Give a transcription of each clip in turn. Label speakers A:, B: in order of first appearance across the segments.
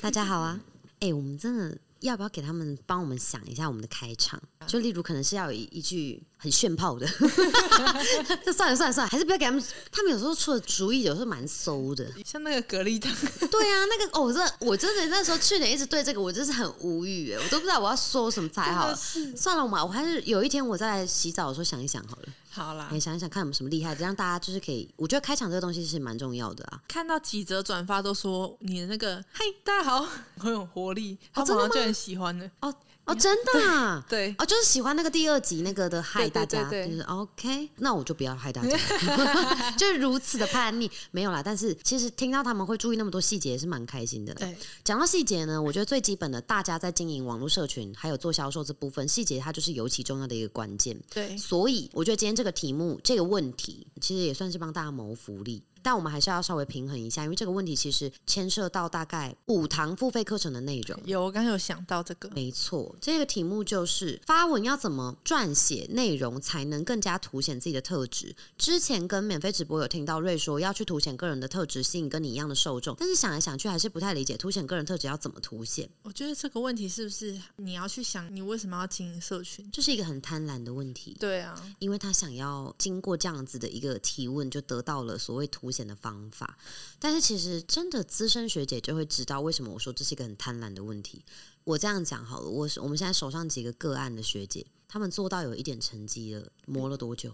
A: 大家好啊！ 哎、我们真的要不要给他们帮我们想一下我们的开场？就例如可能是要有一一句很炫炮的， 这算了算了算了，还是不要给他们。他们有时候出的主意有时候蛮馊的。
B: 像那个蛤蜊汤，
A: 对啊，那个哦，我真的我真的那时候去年一直对这个我真是很无语哎，我都不知道我要说什么才好。啊算了嘛，我还是有一天我再来洗澡的时候想一想好了，
B: 好啦
A: 哎、，想一想看有没有什么厉害的，让大家就是可以。我觉得开场这个东西是蛮重要的啊。
B: 看到几则转发都说你的那个 “嗨，哦大家好”很有活力，他
A: 真
B: 马
A: 的
B: 上就很喜欢了。
A: 哦哦，真的、啊。
B: 对，
A: 哦，就是喜欢那个第二集那个的害
B: 对对
A: 大家，
B: 对对
A: 就是 OK，那我就不要害大 家， 就是如此的叛逆，没有啦。但是其实听到他们会注意那么多细节，也是蛮开心的。
B: 对，
A: 讲到细节呢，我觉得最基本的，大家在经营网络社群还有做销售这部分，细节它就是尤其重要的一个关键。
B: 对，
A: 所以我觉得今天这个题目这个问题，其实也算是帮大家谋福利。但我们还是要稍微平衡一下，因为这个问题其实牵涉到大概五堂付费课程的内容。
B: 有我刚才有想到这个，
A: 没错，这个题目就是发文要怎么撰写内容才能更加凸显自己的特质。之前跟免费直播有听到瑞说要去凸显个人的特质，吸引跟你一样的受众，但是想来想去还是不太理解凸显个人特质要怎么凸显，
B: 我觉得这个问题是不是你要去想，你为什么要经营社群？
A: 这是一个很贪婪的问题。
B: 对啊，
A: 因为他想要经过这样子的一个提问，就得到了所谓凸显的方法。但是其实真的资深学姐就会知道为什么我说这是一个很贪婪的问题。我这样讲好了，我我们现在手上几个个案的学姐，她们做到有一点成绩了，磨了多久？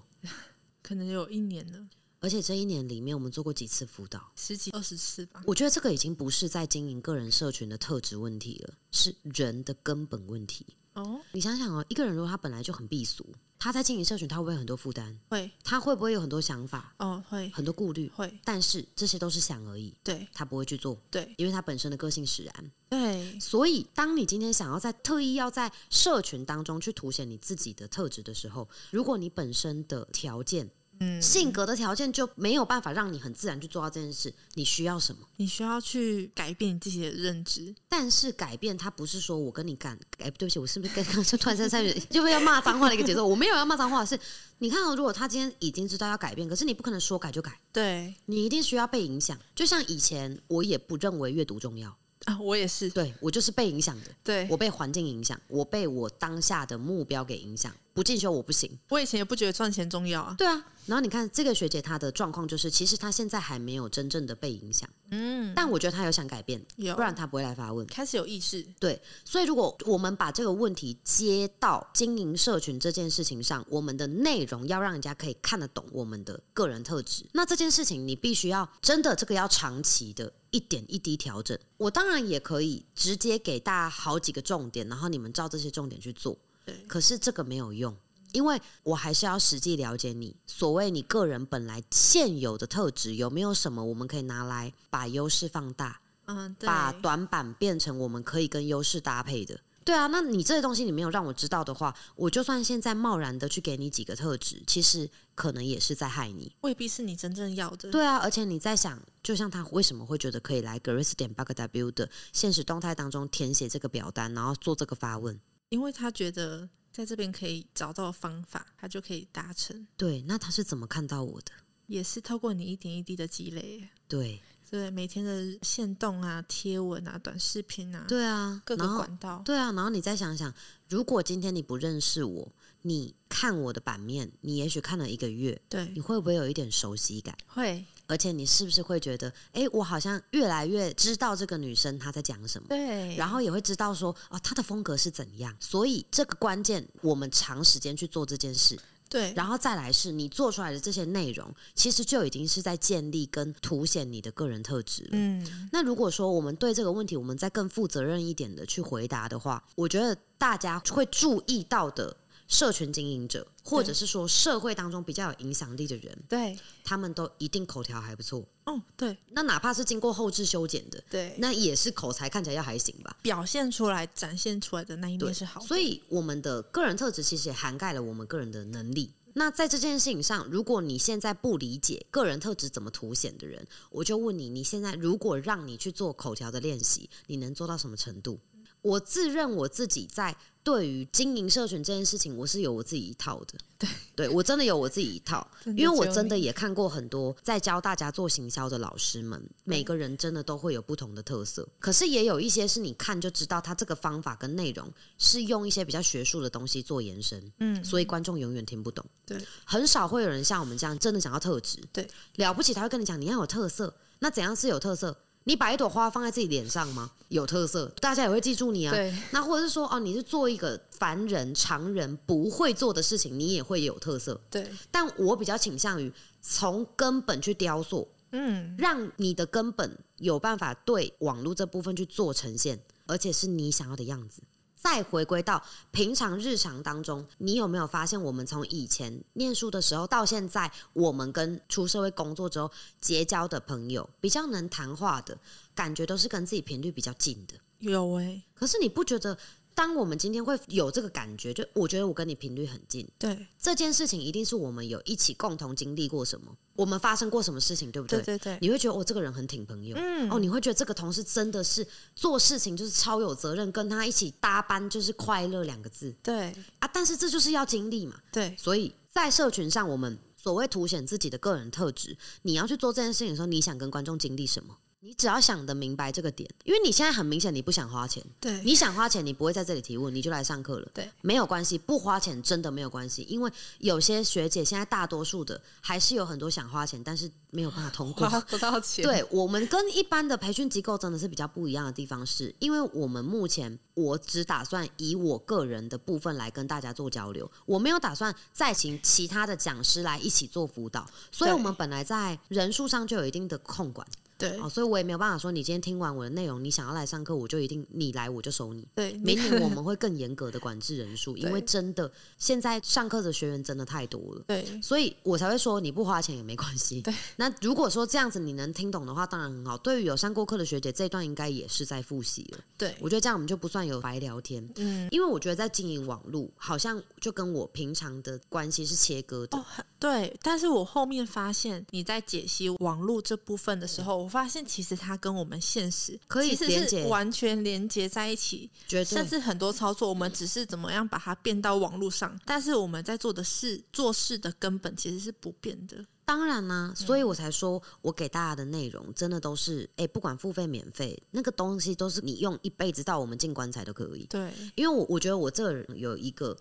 B: 可能有一年了，
A: 而且这一年里面，我们做过几次辅导？
B: 十几、二十次吧。
A: 我觉得这个已经不是在经营个人社群的特质问题了，是人的根本问题。
B: 哦，
A: 你想想哦，一个人如果他本来就很避俗，他在经营社群，他会不会有很多负担？
B: 会，
A: 他会不会有很多想法、
B: 哦，会，
A: 很多顾虑？
B: 会，
A: 但是这些都是想而已，
B: 对，
A: 他不会去做，
B: 对，
A: 因为他本身的个性使然。
B: 对，
A: 所以，当你今天想要在特意要在社群当中去凸显你自己的特质的时候，如果你本身的条件、
B: 嗯，
A: 性格的条件就没有办法让你很自然去做到这件事，你需要什么？
B: 你需要去改变你自己的认知。
A: 但是改变它不是说我跟你干，哎，对不起，我是不是刚刚就突然在在 就会要骂脏话的一个节奏？我没有要骂脏话，是你看、哦，如果他今天已经知道要改变，可是你不可能说改就改，
B: 对
A: 你一定需要被影响。就像以前我也不认为阅读重要，
B: 啊，我也是。
A: 对我就是被影响的，
B: 对，
A: 我被环境影响，我被我当下的目标给影响，不进修我不行。
B: 我以前也不觉得赚钱重要啊。
A: 对啊，然后你看这个学姐她的状况就是，其实她现在还没有真正的被影响，
B: 嗯，
A: 但我觉得她有想改变，
B: 有
A: 不然她不会来发问。
B: 开始有意识，
A: 对，所以如果我们把这个问题接到经营社群这件事情上，我们的内容要让人家可以看得懂我们的个人特质，那这件事情你必须要真的这个要长期的一点一滴调整。我当然也可以直接给大家好几个重点，然后你们照这些重点去做
B: 对，
A: 可是这个没有用。因为我还是要实际了解你，所谓你个人本来现有的特质有没有什么我们可以拿来把优势放大，
B: 嗯，对，
A: 把短板变成我们可以跟优势搭配的。对啊，那你这些东西你没有让我知道的话，我就算现在贸然的去给你几个特质，其实可能也是在害你。
B: 未必是你真正要的。
A: 对啊，而且你在想，就像他为什么会觉得可以来 Grace 点 Bug W 的现实动态当中填写这个表单，然后做这个发问。
B: 因为他觉得在这边可以找到方法，他就可以达成，
A: 对，那他是怎么看到我的？
B: 也是透过你一点一滴的积累，
A: 对，
B: 对每天的线动啊、贴文啊、短视频啊，
A: 对啊，
B: 各
A: 然
B: 个
A: 后
B: 管道，
A: 对啊，然后你再想想，如果今天你不认识我，你看我的版面，你也许看了一个月，
B: 对
A: 你，会不会有一点熟悉感？
B: 会，
A: 而且你是不是会觉得，哎，我好像越来越知道这个女生她在讲什么，
B: 对，
A: 然后也会知道说，哦，她的风格是怎样。所以这个关键，我们长时间去做这件事，
B: 对，
A: 然后再来是你做出来的这些内容，其实就已经是在建立跟凸显你的个人特质了。
B: 嗯，
A: 那如果说我们对这个问题，我们再更负责任一点的去回答的话，我觉得大家会注意到的社群经营者，或者
B: 对
A: 是说社会当中比较有影响力的人，
B: 对，
A: 他们都一定口条还不错。
B: 哦，对，
A: 那哪怕是经过后置修剪的，
B: 对，
A: 那也是口才看起来要还行吧。
B: 表现出来、展现出来的那一
A: 对，
B: 面是好的，
A: 所以我们的个人特质其实也涵盖了我们个人的能力。那在这件事情上，如果你现在不理解个人特质怎么凸显的人，我就问你，你现在如果让你去做口条的练习，你能做到什么程度？我自认我自己在对于经营社群这件事情，我是有我自己一套的。
B: 对，
A: 对我真的有我自己一套，
B: 真的
A: 因为我
B: 只有
A: 真的
B: 你
A: 也看过很多在教大家做行销的老师们，每个人真的都会有不同的特色。可是也有一些是你看就知道，他这个方法跟内容是用一些比较学术的东西做延伸，
B: 嗯，
A: 所以观众永远听不懂。
B: 对，
A: 很少会有人像我们这样真的讲到特质。
B: 对，
A: 了不起他会跟你讲你要有特色，那怎样是有特色？你把一朵花放在自己脸上吗？有特色，大家也会记住你啊。
B: 对
A: 那或者是说，哦，你是做一个凡人、常人不会做的事情，你也会有特色。
B: 对，
A: 但我比较倾向于从根本去雕塑，
B: 嗯，
A: 让你的根本有办法对网络这部分去做呈现，而且是你想要的样子。再回归到平常日常当中，你有没有发现，我们从以前念书的时候到现在，我们跟出社会工作之后结交的朋友，比较能谈话的感觉，都是跟自己频率比较近的。
B: 有哎、
A: 可是你不觉得，当我们今天会有这个感觉，就我觉得我跟你频率很近，
B: 对，
A: 这件事情一定是我们有一起共同经历过什么，我们发生过什么事情，对不对？
B: 对对对，
A: 你会觉得哦，这个人很挺朋友。
B: 嗯，
A: 哦，你会觉得这个同事真的是做事情就是超有责任，跟他一起搭班就是快乐两个字
B: 对
A: 啊。但是这就是要经历嘛，
B: 对，
A: 所以在社群上，我们所谓凸显自己的个人特质，你要去做这件事情的时候，你想跟观众经历什么？你只要想得明白这个点，因为你现在很明显你不想花钱，
B: 对，
A: 你想花钱，你不会在这里提问，你就来上课了。
B: 对，
A: 没有关系，不花钱真的没有关系，因为有些学姐现在大多数的还是有很多想花钱，但是没有办法通过。
B: 花不到钱，
A: 对我们跟一般的培训机构真的是比较不一样的地方是，因为我们目前我只打算以我个人的部分来跟大家做交流，我没有打算再请其他的讲师来一起做辅导，所以
B: 对
A: 我们本来在人数上就有一定的控管
B: 对
A: 哦，所以我也没有办法说你今天听完我的内容，你想要来上课，我就一定你来我就收你。
B: 对，
A: 明
B: 你
A: 年 我们会更严格的管制人数，因为
B: 对
A: 真的现在上课的学员真的太多了。
B: 对
A: 所以我才会说你不花钱也没关系。
B: 对，
A: 那如果说这样子你能听懂的话，当然很好。对于有上过课的学姐，这一段应该也是在复习了。
B: 对，
A: 我觉得这样我们就不算有白聊天，
B: 嗯，
A: 因为我觉得在经营网络，好像就跟我平常的关系是切割的。
B: 哦，很对，但是我后面发现你在解析网络这部分的时候，我发现其实它跟我们现实
A: 可以
B: 其
A: 连
B: 实
A: 结
B: 是完全连接在一起，
A: 绝
B: 甚
A: 对
B: 至很多操作我们只是怎么样把它变到网络上，但是我们在做的事做事的根本其实是不变的。
A: 当然
B: 嗯
A: 啦、所以我才说我给大家的内容真的都是，哎、不管付费免费，那个东西都是你用一辈子到我们进棺材都可以。
B: 对
A: 因为我我觉得我这个人有一个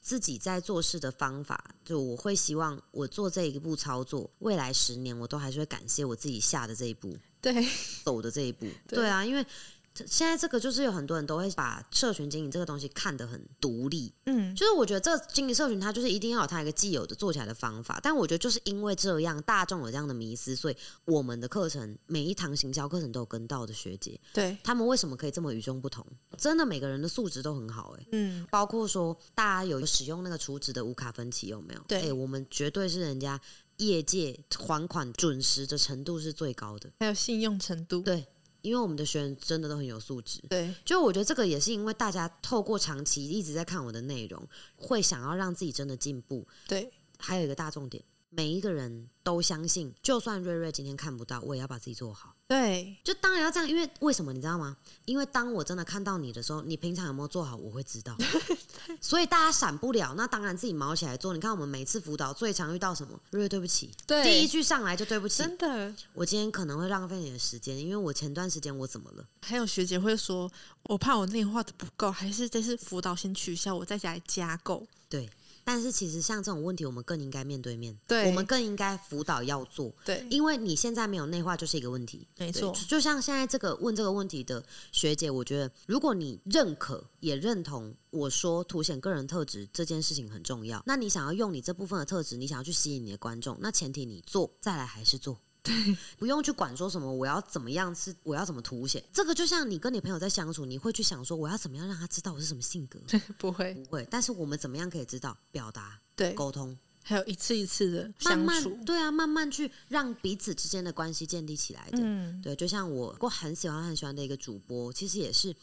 A: 自己在做事的方法，就我会希望我做这一步操作，未来十年我都还是会感谢我自己下的这一步，
B: 对
A: 走的这一步。
B: 对
A: 对啊，因为这现在这个就是有很多人都会把社群经营这个东西看得很独立，
B: 嗯，
A: 就是我觉得这个经营社群它就是一定要有它一个既有的做起来的方法，但我觉得就是因为这样，大众有这样的迷思，所以我们的课程每一堂行销课程都有跟到的学姐，
B: 对，
A: 他们为什么可以这么与众不同？真的每个人的素质都很好、欸，
B: 嗯，
A: 包括说大家有使用那个储值的无卡分期有没有？哎
B: 对
A: 诶我们绝对是人家业界还款准时的程度是最高的，
B: 还有信用程度，
A: 对因为我们的学员真的都很有素质。
B: 对
A: 就我觉得这个也是因为大家透过长期一直在看我的内容，会想要让自己真的进步。
B: 对
A: 还有一个大重点，每一个人都相信，就算瑞瑞今天看不到，我也要把自己做好。
B: 对
A: 就当然要这样，因为为什么你知道吗？因为当我真的看到你的时候，你平常有没有做好，我会知 道。所以大家闪不了，那当然自己毛起来做。你看我们每次辅导最常遇到什么？瑞瑞，对不起，
B: 对，
A: 第一句上来就对不起，
B: 真的。
A: 我今天可能会浪费你的时间，因为我前段时间我怎么了？
B: 还有学姐会说，我怕我内化的不够，还是这次辅导先取消，我在家里加购。
A: 对。但是其实像这种问题，我们更应该面对面，
B: 对
A: 我们更应该辅导要做，
B: 对，
A: 因为你现在没有内化就是一个问题。
B: 没
A: 对
B: 错
A: 就，就像现在这个问这个问题的学姐，我觉得如果你认可也认同我说凸显个人特质这件事情很重要，那你想要用你这部分的特质，你想要去吸引你的观众，那前提你做再来还是做。对， 不用去管说什么我要怎么样是我要怎么凸显，这个就像你跟你朋友在相处，你会去想说我要怎么样让他知道我是什么性格，
B: 不会，
A: 不会。但是我们怎么样可以知道表达
B: 对，
A: 沟通，
B: 还有一次一次的
A: 慢
B: 相处，
A: 慢对啊，慢慢去让彼此之间的关系建立起来的。
B: 嗯，
A: 对，就像我我很喜欢很喜欢的一个主播，其实也是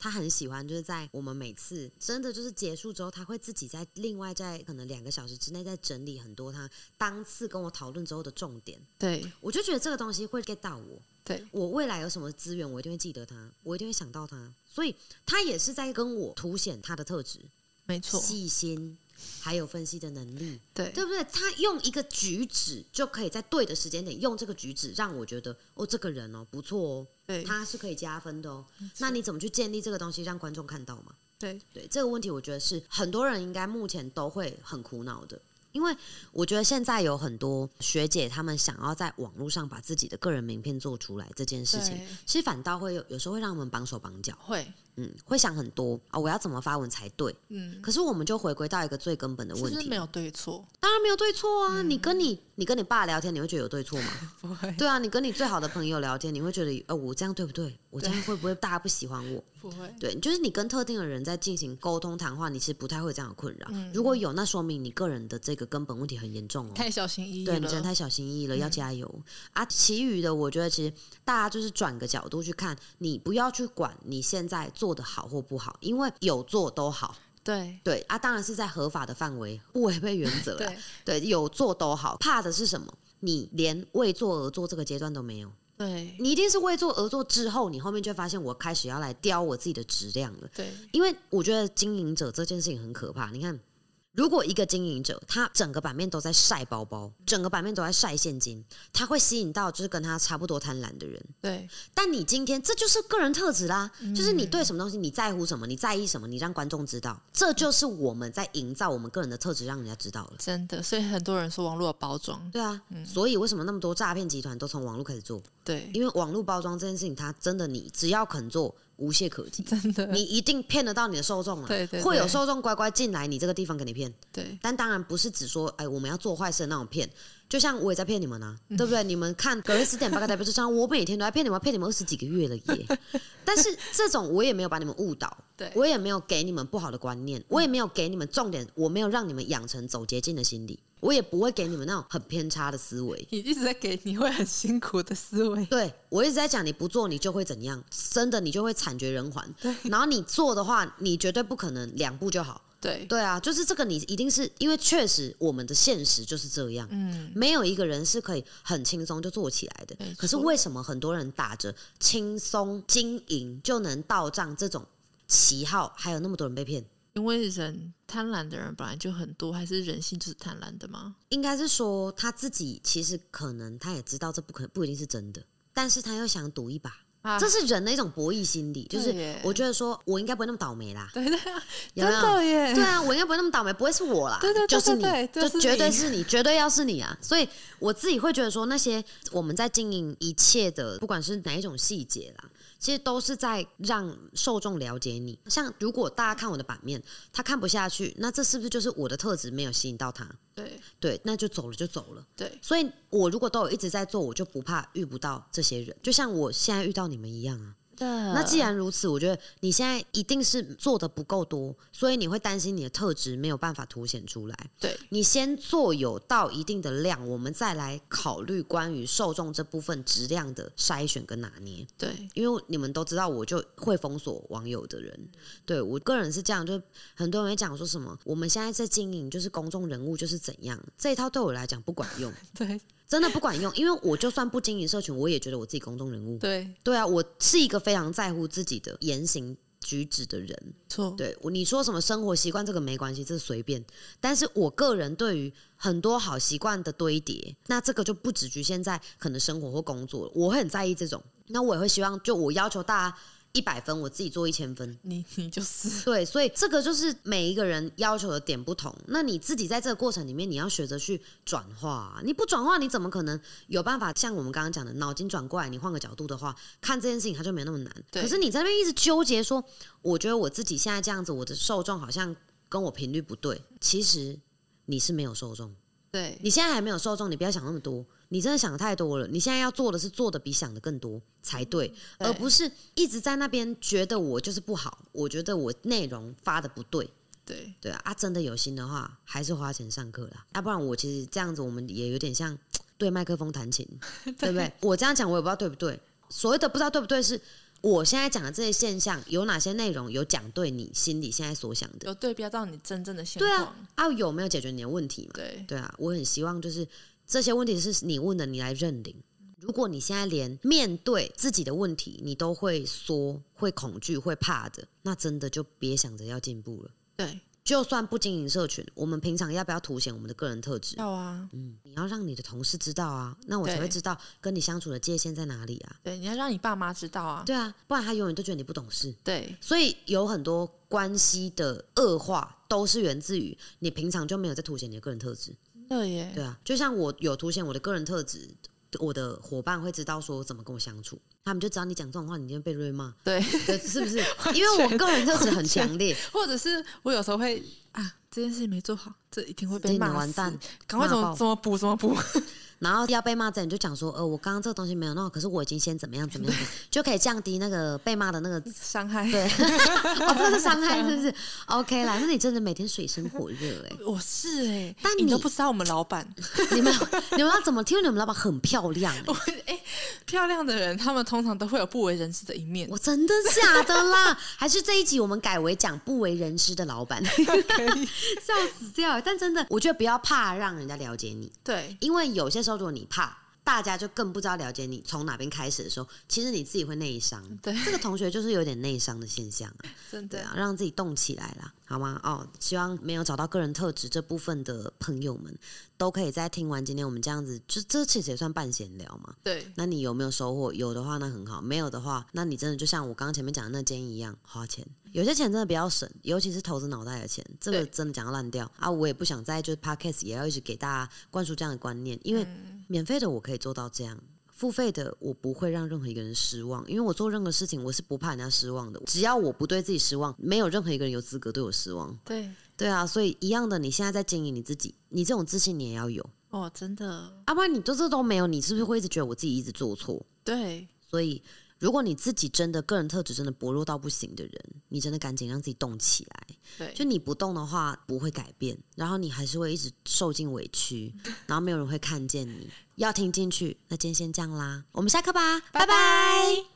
A: 他很喜欢，就是在我们每次真的就是结束之后，他会自己在另外在可能两个小时之内再整理很多他当次跟我讨论之后的重点。
B: 对
A: 我就觉得这个东西会 get 到我，
B: 对，
A: 我未来有什么资源，我一定会记得它，我一定会想到它。所以他也是在跟我凸显他的特质，
B: 没错，
A: 细心，还有分析的能力，
B: 对，
A: 对不对？他用一个举止就可以在对的时间点用这个举止，让我觉得哦，这个人哦不错哦，
B: 对，
A: 他是可以加分的哦。
B: 没错
A: 那你怎么去建立这个东西，让观众看到嘛？
B: 对
A: 对这个问题，我觉得是很多人应该目前都会很苦恼的，因为我觉得现在有很多学姐她们想要在网络上把自己的个人名片做出来这件事情，
B: 对
A: 其实反倒会有有时候会让我们绑手绑脚，
B: 会，
A: 嗯，会想很多啊、我要怎么发文才对？
B: 嗯，
A: 可是我们就回归到一个最根本的
B: 其
A: 问
B: 实
A: 题，
B: 没有嗯对错，
A: 当然没有对错啊！你跟你你跟你爸聊天，你会觉得有对错吗？
B: 不会，
A: 对啊，你跟你最好的朋友聊天，你会觉得呃，我这样对不对？我这样会不会大家不喜欢我？
B: 不会，
A: 对，就是你跟特定的人在进行沟通谈话，你其实不太会有这样的困扰。
B: 嗯
A: 如果有，那说明你个人的这个根本问题很严重哦。
B: 太小心翼翼
A: 对你真的
B: 了，嗯
A: 太小心翼翼了，要加油、啊！其余的，我觉得其实大家就是转个角度去看，你不要去管你现在做的好或不好，因为有做都好。
B: 对
A: 对啊，当然是在合法的范围，不违背原则啦
B: 对
A: 对，有做都好。怕的是什么？你连为做而做这个阶段都没有，
B: 对
A: 你一定是为做而做之后，你后面就会发现我开始要来雕我自己的质量了。
B: 对，
A: 因为我觉得经营者这件事情很可怕。你看，如果一个经营者他整个版面都在晒包包，整个版面都在晒现金，他会吸引到就是跟他差不多贪婪的人。
B: 对
A: 但你今天这就是个人特质啦，
B: 嗯
A: 就是你对什么东西你在乎什么，你在意什么，你让观众知道，这就是我们在营造我们个人的特质，让人家知道了。
B: 真的，所以很多人说网络有包装，
A: 对啊，所以为什么那么多诈骗集团都从网络开始做？
B: 对，
A: 因为网络包装这件事情，它真的你只要肯做，无懈可击。
B: 真的，
A: 你一定骗得到你的受众了，
B: 对对
A: 会有
B: 对
A: 受众乖乖进来你这个地方给你骗，
B: 对
A: 但当然不是只说哎我们要做坏事的那种骗，就像我也在骗你们 啊，对不对？你们看格瑞斯点八个代表就这样，我每天都在骗你们，骗你们二十几个月了耶。但是这种我也没有把你们误导，
B: 对
A: 我也没有给你们不好的观念，我也没有给你们重点，我没有让你们养成走捷径的心理，我也不会给你们那种很偏差的思维。
B: 你一直在给你会很辛苦的思维，
A: 对我一直在讲，你不做你就会怎样，真的你就会惨绝人寰。然后你做的话，你绝对不可能两步就好。
B: 对，
A: 对啊，就是这个，你一定是因为确实我们的现实就是这样，
B: 嗯，
A: 没有一个人是可以很轻松就做起来的
B: 没。错
A: 可是为什么很多人打着轻松经营就能到账这种旗号，还有那么多人被骗？
B: 因为人贪婪的人本来就很多，还是人性就是贪婪的嘛，
A: 应该是说他自己其实可能他也知道这不可不一定是真的，但是他又想赌一把。
B: 啊，
A: 这是人的一种博弈心理，就是
B: 对耶
A: 我觉得说我应该不会那么倒霉啦，
B: 对对啊，
A: 有没
B: 真
A: 有？
B: 的耶，
A: 对啊，我应该不会那么倒霉，不会是我啦，
B: 对对对
A: 就是你，
B: 对对
A: 就
B: 就是
A: 绝对
B: 你
A: 是你，绝对要是你啊！所以我自己会觉得说，那些我们在经营一切的，不管是哪一种细节啦，其实都是在让受众了解你。像如果大家看我的版面，他看不下去，那这是不是就是我的特质没有吸引到他？
B: 对
A: 对，那就走了就走了。
B: 对
A: 所以我如果都有一直在做，我就不怕遇不到这些人，就像我现在遇到你们一样啊。
B: 的
A: 那既然如此，我觉得你现在一定是做的不够多，所以你会担心你的特质没有办法凸显出来。
B: 对
A: 你先做有到一定的量，我们再来考虑关于受众这部分质量的筛选跟拿捏。
B: 对
A: 因为你们都知道，我就会封锁网友的人，对我个人是这样，就很多人会讲说什么，我们现在在经营就是公众人物就是怎样，这一套对我来讲不管用，
B: 对
A: 真的不管用，因为我就算不经营社群，我也觉得我自己公众人物。
B: 对，
A: 对啊，我是一个非常在乎自己的言行举止的人。
B: 错，
A: 对我，你说什么生活习惯这个没关系，这是随便。但是我个人对于很多好习惯的堆叠，那这个就不只局限在可能生活或工作了，我会很在意这种。那我也会希望，就我要求大家一百分，我自己做一千分。
B: 你你就是
A: 对，所以这个就是每一个人要求的点不同。那你自己在这个过程里面，你要学着去转化啊、你不转化，你怎么可能有办法像我们刚刚讲的，脑筋转过来？你换个角度的话，看这件事情它就没那么难。
B: 对
A: 可是你在那边一直纠结说，我觉得我自己现在这样子，我的受众好像跟我频率不对。其实你是没有受众，
B: 对
A: 你现在还没有受众，你不要想那么多。你真的想太多了，你现在要做的是做的比想的更多才对。而不是一直在那边觉得我就是不好，我觉得我内容发的不对。
B: 对
A: 对啊，啊，真的有心的话，还是花钱上课啦。要、不然我其实这样子，我们也有点像对麦克风弹琴，对不对？我这样讲，我也不知道对不对。所谓的不知道对不对是，我现在讲的这些现象有哪些内容有讲对你心里现在所想的
B: 有对标到你真正的现
A: 对啊
B: 况，
A: 啊？有没有解决你的问题嘛？
B: 对
A: 对啊，我很希望就是这些问题是你问的，你来认领。如果你现在连面对自己的问题，你都会缩、会恐惧、会怕的，那真的就别想着要进步了。
B: 对，
A: 就算不经营社群，我们平常要不要凸显我们的个人特质？
B: 要啊，
A: 嗯，你要让你的同事知道啊，那我才
B: 对
A: 会知道跟你相处的界限在哪里啊。
B: 对，你要让你爸妈知道啊，
A: 对啊，不然他永远都觉得你不懂事。
B: 对，
A: 所以有很多关系的恶化，都是源自于你平常就没有在凸显你的个人特质。
B: 真的耶，
A: 对啊，就像我有凸显我的个人特质，我的伙伴会知道说怎么跟我相处，他们就知道你讲这种话，你就会被瑞骂，
B: 对，
A: 对，是不是？因为我个人特质很强烈，
B: 或者是我有时候会啊，这件事情没做好，这一定会
A: 这
B: 被
A: 你
B: 骂死，
A: 完蛋，
B: 赶快怎
A: 骂爆
B: 么怎么补怎么补，
A: 然后要被骂之前就讲说，呃，我刚刚这个东西没有弄好，可是我已经先怎么样怎么样，就可以降低那个被骂的那个。
B: 伤害。
A: 对，哦，这是伤害，是不是？OK 啦，那你真的每天水深火热哎、
B: 我是哎、欸，
A: 但
B: 你都
A: 你
B: 不知道我们老板，
A: 你们你们要怎么？听说你们老板很漂亮、欸，
B: 我 哎、漂亮的人，他们通常都会有不为人知的一面
A: 我。真的假的啦？ 还是这一集我们改为讲不为人知的老板？ 笑死掉欸！但真的，我觉得不要怕让人家了解你，
B: 对，
A: 因为有些时候如果你怕，大家就更不知道了解你从哪边开始的时候，其实你自己会内伤。
B: 对
A: 这个同学就是有点内伤的现象啊。
B: 真
A: 对
B: 的
A: 啊，让自己动起来啦，好吗？哦，希望没有找到个人特质这部分的朋友们，都可以在听完今天我们这样子，就这其实也算半闲聊嘛。
B: 对
A: 那你有没有收获？有的话那很好，没有的话，那你真的就像我刚刚前面讲的那间一样，花钱。有些钱真的不要省，尤其是投资脑袋的钱，这个
B: 对
A: 真的讲到烂掉啊！我也不想再就是 podcast 也要一直给大家灌输这样的观念，因为
B: 嗯
A: 免费的我可以做到这样。付费的我不会让任何一个人失望，因为我做任何事情我是不怕人家失望的，只要我不对自己失望，没有任何一个人有资格对我失望。
B: 对，
A: 对啊，所以一样的，你现在在经营你自己，你这种自信你也要有，啊
B: 哦，真的
A: 要、不然你就是都没有，你是不是会一直觉得我自己一直做错？
B: 对，
A: 所以，如果你自己真的个人特质真的薄弱到不行的人，你真的赶紧让自己动起来。
B: 对，
A: 就你不动的话，不会改变，然后你还是会一直受尽委屈，然后没有人会看见你。要听进去，那今天先这样啦，我们下课吧，拜拜